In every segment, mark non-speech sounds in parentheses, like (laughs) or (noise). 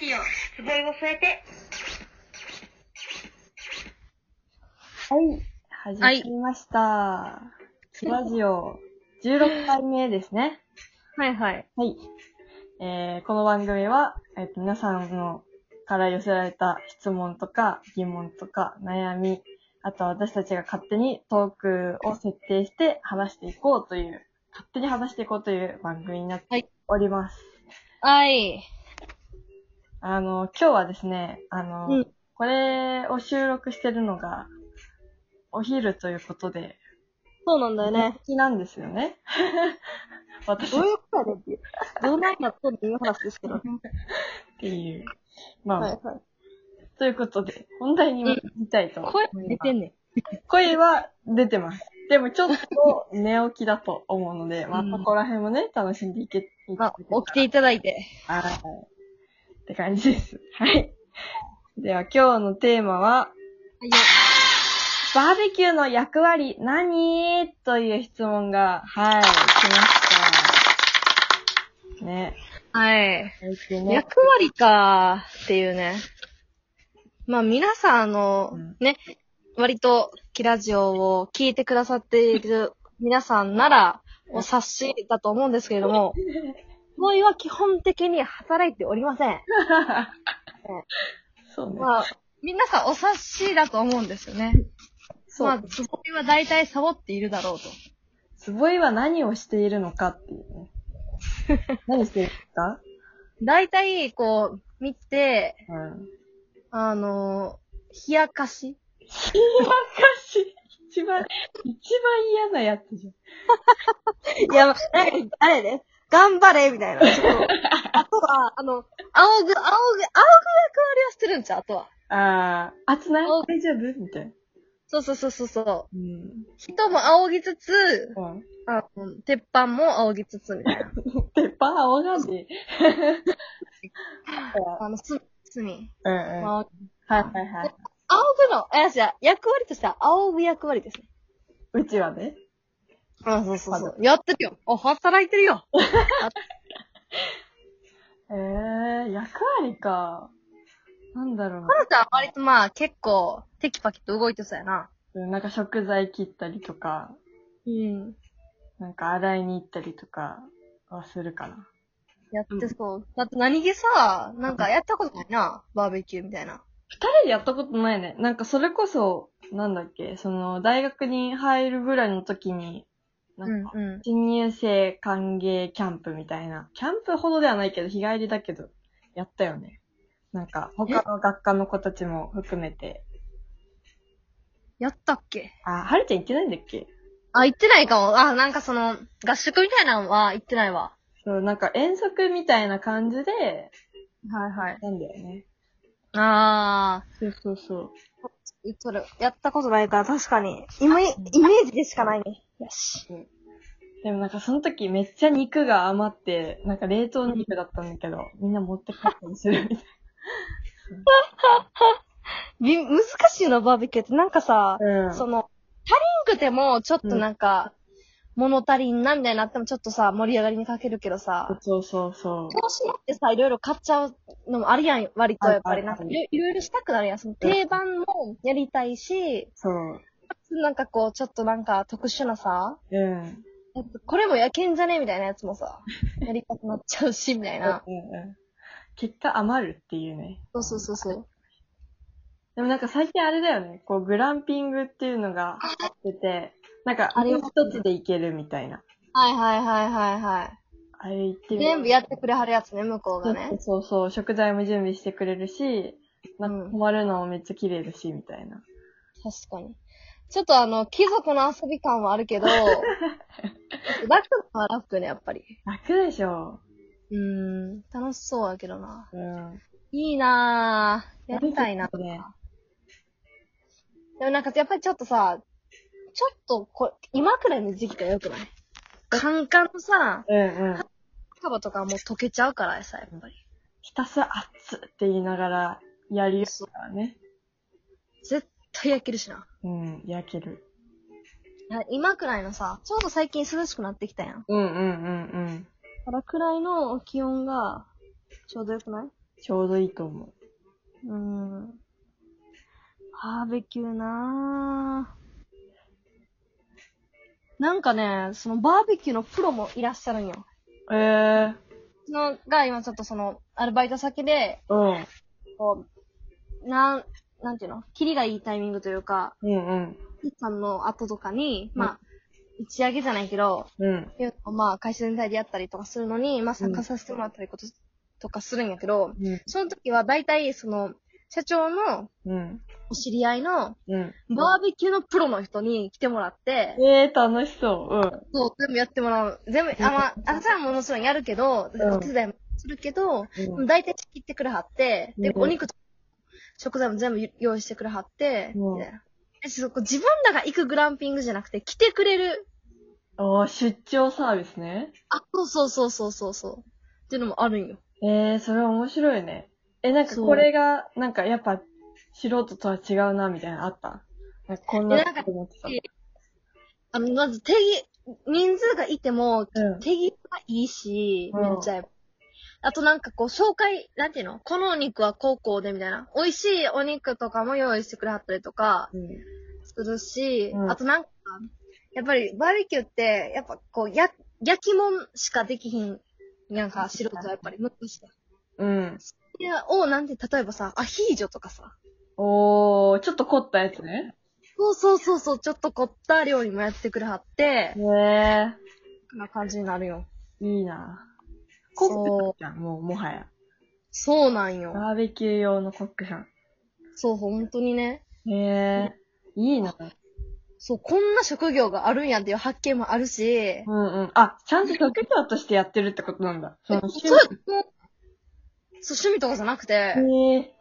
ジオ、つぼいを添えて。はい。始まりました。つばラジオ、16回目ですね。はいはい。はい。えー、この番組は、えっ、と、皆さんのから寄せられた質問とか疑問とか悩み、あとは私たちが勝手にトークを設定して話していこうという、勝手に話していこうという番組になっております。はい。あの、今日はですね、あの、うんこれを収録してるのが、お昼ということで、そうなんだよね。好きなんですよ (laughs) ね。私どっういうことやねんっていう。どうなんやったっていう話ですけど。はいていう。まあ、はい。ということで、本題に行きたいと思い声ます。出てんねん。声は出てます。でもちょっと寝起きだと思うので、まあ、うんそこら辺もね、楽しんでいけ、いけまあ、起きていただいて。はい。って感じです。はい。では今日のテーマは、バーベキューの役割何という質問が、はい、来ました。ね。はい。最近ね。役割かーっていうね。まあ皆さん、あのうん、ね、割とキラジオを聞いてくださっている皆さんなら、お察しだと思うんですけれど (laughs) も、ボーイは基本的に働いておりません。そうね。まあ、皆さんお察しだと思うんですよね。そう。まあ、つぼみは大体サボっているだろうと。つぼいは何をしているのかっていう (laughs) ね。何してるんですか大体、こう、見て、うん。あのー、冷やかしおかしい。一番、一番嫌なやつじゃん。いや、あれね、頑張れみたいな。 (laughs) あとは、あの、仰ぐ、仰ぐ、仰ぐ役割はしてるんちゃうあとは。あー、暑ないお大丈夫みたいな。そうそうそうそうそう。うん。人も仰ぎつつ、うん。あの、鉄板も仰ぎつつ、みたいな。で、パー青 (laughs) がね。あの、す、すみ。うんうん。はい仰はいはい。ぐの、あやしや、役割としては仰ぐ役割ですね。うちはね。あ、そうそうそう。やってるよ。あ、働いてるよ。えー、役割か。なんだろうカナちゃんは割とまあ結構テキパキと動いてそうやな。な。なんか食材切ったりとか、うん。なんか洗いに行ったりとかはするかな。やってそう。だって何気さ、なんかやったことないな。バーベキューみたいな。二人でやったことないね。なんかそれこそ、なんだっけ、その、大学に入るぐらいの時に、うなんか、うん。新入生歓迎キャンプみたいな。キャンプほどではないけど、日帰りだけど、やったよね。なんか、他の学科の子たちも含めて。やったっけあ、はるちゃん行ってないんだっけあ、行ってないかも。あ、なんかその、合宿みたいなのは行ってないわ。そう、なんか遠足みたいな感じで、はいはい。なんだよね。あそうそうそう。ー。それ、やったことないから確かに。イメイメージでしかないね。よし。でもなんかその時めっちゃ肉が余って、なんか冷凍肉だったんだけど、みんな持って帰ったりするみたいび、難しいよな、バーベキューって。なんかさ、な。うん。その、足りんくても、ちょっとなんか、物足りんなみたいになっても、ちょっとさ、盛り上がりにかけるけどさ、そうそうそう。調子乗ってさ、いろいろ買っちゃうのもあるやん、割とやっぱり。あなるあんかいるろいろいろしたくなるやん。その定番もやりたいし、そう。なんかこう、ちょっとなんか特殊なさ、うん。やっぱこれも焼けんじゃねみたいなやつも (laughs) さ、やりたくなっちゃうし、みたいな。うんうん。結果余るっていうね。そうそうそうそう。でもなんか最近あれだよね。こう、グランピングっていうのが流行ってて、なんか、あれ一つで行けるみたいな。はいはいはいはいはあれ行ってい。み全部やってくれはるやつね、向こうがそねう。そうそう、食材も準備してくれるし、なんうかん泊まるのもめっちゃ綺麗だし、みたいな。確かに。ちょっとあの、貴族の遊び感はある (laughs) けど、楽は楽ね、やっぱり。楽でしょ。うーん、楽しそうやけどな。うん。いいなぁ。やりたいな。ね。でもなんか、やっぱりちょっとさ、ちょっとこ、今くらいの時期が良くないカンカンのさ、うんうん。カバとかもう溶けちゃうからさ、やっぱり。ひたすら熱って言いながらやるやつだからね。絶対焼けるしな。うん、焼ける。あ今くらいのさ、ちょうど最近涼しくなってきたやん。うんうんうんうん。このくらいの気温が、ちょうど良くないちょうどいいと思う。うん。バーベキューなぁ。なんかね、そのバーベキューのプロもいらっしゃるんよ。ええそのが今ちょっとその、アルバイト先で、うん。こう、なん、なんていうのキリがいいタイミングというか、うんうん。ピッさんの後とかに、まあ、打ち上げじゃないけど、うん。いうのをまあ、会社全体でやったりとかするのに、まあ、参加させてもらったりこと、とかするんやけど、うん。その時は大体、その、社長のうん。お知り合いの、うん。バーベキューのプロの人に来てもらって、ええ楽しそう。そう、全部やってもらう。全部、あ、まあ、 (laughs) 朝はももちろんやるけど、うんお手伝いもするけど、うん。うん。大体仕切ってくれはって、で、うんお肉と食材も全部用意してくれはって、うんでえそこ自分らが行くグランピングじゃなくて、来てくれる。ああ、出張サービスね。あ、そうそうそうそうそうそう。っていうのもあるんよ。ええそれ面白いね。え、なんかそうこれが、なんかやっぱ、素人とは違うな、みたいなのあったなんかこんなえなんかこと思ってた。えあの、まず定義、人数がいても、うん。手際がいいし、うんめっちゃ。あとなんかこう、紹介、なんていうのこのお肉はこうこうでみたいな。美味しいお肉とかも用意してくれはったりとかうするし、うんあとなんか、やっぱりバーベキューって、やっぱこう、や、焼きもんしかできひん。なんか、素人はやっぱり難しん。うん。い。いや、を、なんて、例えばさ、アヒージョとかさ。おー、ちょっと凝ったやつね。そうそうそうそう、ちょっと凝った料理もやってくれはってへ、えこんな感じになるよ。いいな。コッそクじゃん、もう、もはや。そうなんよ。バーベキュー用のコックさん。そう、本当にね。へえいいな。そう、こんな職業があるんやっていう発見もあるし、うんうん。あ、ちゃんと職業としてやってるってことなんだ。その趣そう、もうそう、趣味とかじゃなくて、味。へえ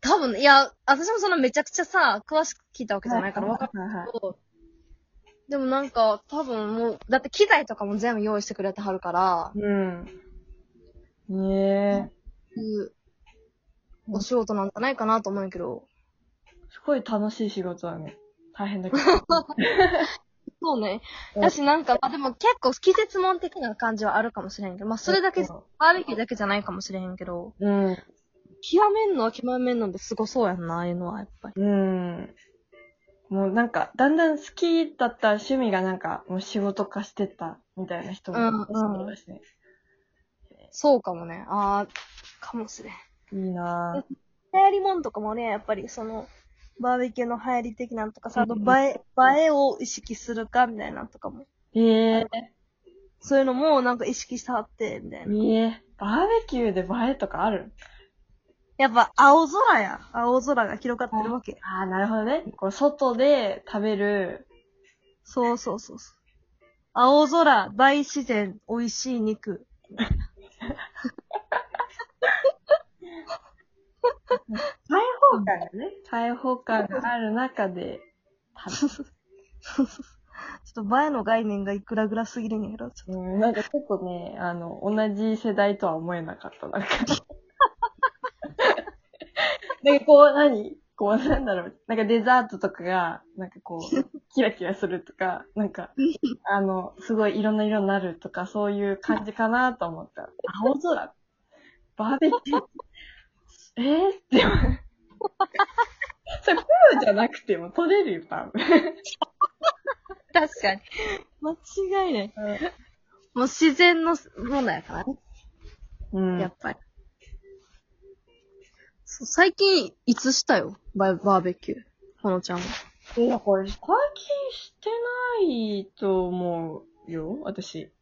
多分、いや、私もそのめちゃくちゃさ、詳しく聞いたわけじゃないから分かるはいはいけど、でもなんか、多分もう、だって機材とかも全部用意してくれてはるから、うん。ねえいうお仕事なんじゃないかなと思うんやけど、すごい楽しい仕事だね。大変だけど。 (laughs) そうね。うんだしなんか、まあでも結構季節もん的な感じはあるかもしれんけど、まあ (laughs) それだけ、バーベキューだけじゃないかもしれへんけど、うん。極めんのは極めんのですごそうやんな、ああいうのはやっぱり。うん。もうなんか、だんだん好きだった趣味がなんか、もう仕事化してったみたいな人もいらっしゃいますね。そうかもね。ああ、かもしれん。いいなぁ。流行りもんとかもね、やっぱりその、バーベキューの流行り的なんとかさ、あとうん映え、映えを意識するかみたいなんとかも。ええそういうのもなんか意識してはって、みたいな。ええバーベキューで映えとかあるやっぱ青空や。青空が広がってるわけ。ああ、なるほどね。こう、外で食べる、そうそうそうそう。青空、大自然、美味しい肉。開放感がね、開放感がある中で食ちょっと映えの概念がいくらぐらすぎるんやけど、ちょっべる。うん、なんかちょっとね、あの、同じ世代とは思えなかった。な (laughs) んか。なんかこう、何こう、なんだろう。なんかデザートとかが、なんかこう、キラキラするとか、なんか、あの、すごいいろんな色になるとか、そういう感じかなと思った。青空バーベキューえー、って。 (laughs) それ、プロじゃなくても取れるよ、多分。と。確かに。間違いない。もう自然のものやからね、うん。やっぱり。そう最近、いつしたよバイバーベキュー。ほのちゃんは。いや、これ、最近してないと思うよ、私。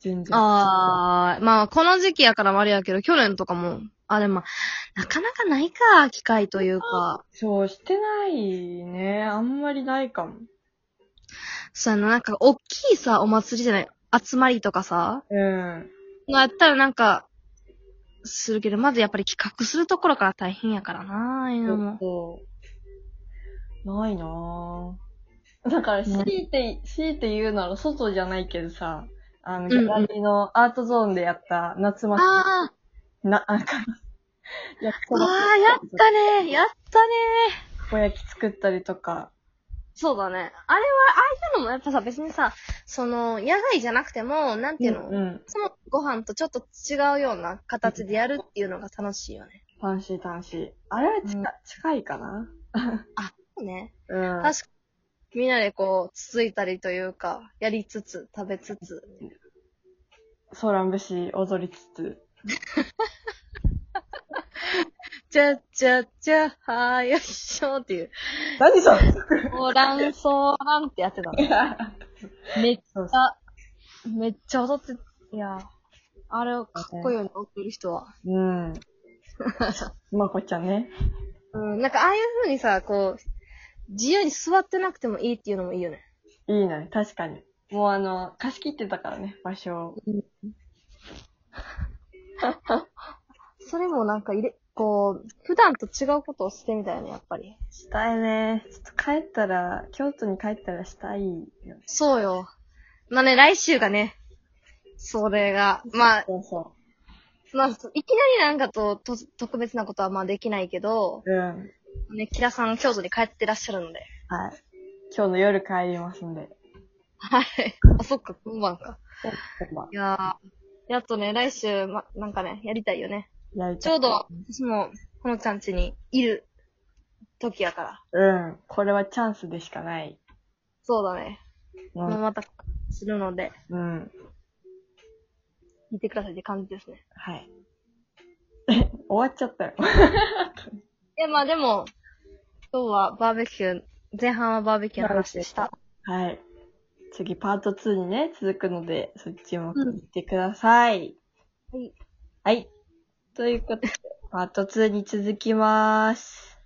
全然。あー、まあ、この時期やからもあれやけど、去年とかも、あれまあ、なかなかないか、機会というか。そう、してないね。あんまりないかも。そうやな、なんか、おっきいさ、お祭りじゃない、集まりとかさ、うん。のやったらなんか、するけど、まずやっぱり企画するところから大変やからな、ああいうのも。そう。ないなぁ。だから、ね強いて、強いて言うなら、外じゃないけどさ、あの、んギャラリーのアートゾーンでやった夏祭り、あな、なんか、 (laughs) 焼きあ、そわばあ、やったね、やったね。たこ焼き作ったりとか、そうだね。あれは、ああいうのもやっぱさ、別にさ、その、野外じゃなくても、なんていうの、うん。そのご飯とちょっと違うような形でやるっていうのが楽しいよね。楽しい楽しい。あれは近,、うん近いかなね。うん。確かに、みんなでこう、つついたりというか、やりつつ、食べつつ。ソーラン節踊りつつ。じゃじゃじゃ、はーよっしょーっていう。何それソーラン、ソーランってやってた (laughs) の。めっちそうゃ、めっちゃ踊って、いやー、あれをかっこいいように踊ってる人は。うん。まこちゃんね。うん、なんかああいう風にさ、こう、自由に座ってなくてもいいっていうのもいいよね。いいね、確かに。もうあの、貸し切ってたからね、場所を。それもなんか入れ、こう、普段と違うことをしてみたいね、やっぱり。したいね。ちょっと帰ったら、京都に帰ったらしたいよね。そうよ。まあね、来週がね、それが、まあ、そうそまあ、いきなりなんかとと、特別なことはまあできないけど、う。うん。はい。ね、キラさん京都に帰ってらっしゃるので。今日の夜帰りますんで。はい。 (laughs) あ、そっか、今晩か。いやー、やっとね、来週、ま、なんかね、やりたいよね。やりちたいょうど、私も、ほのちゃん家にいる時やから。うん。これはチャンスでしかない。そうだね。うまあん。また、するので、うん、見てくださいって感じですね。はい。え、 (laughs) 終わっちゃったよ。いや、まあでも、今日はバーベキュー、前半はバーベキューの話でした。はい。次、パート2にね、続くので、そっちも聞いてください。はい。はい。ということで、パート2に続きます。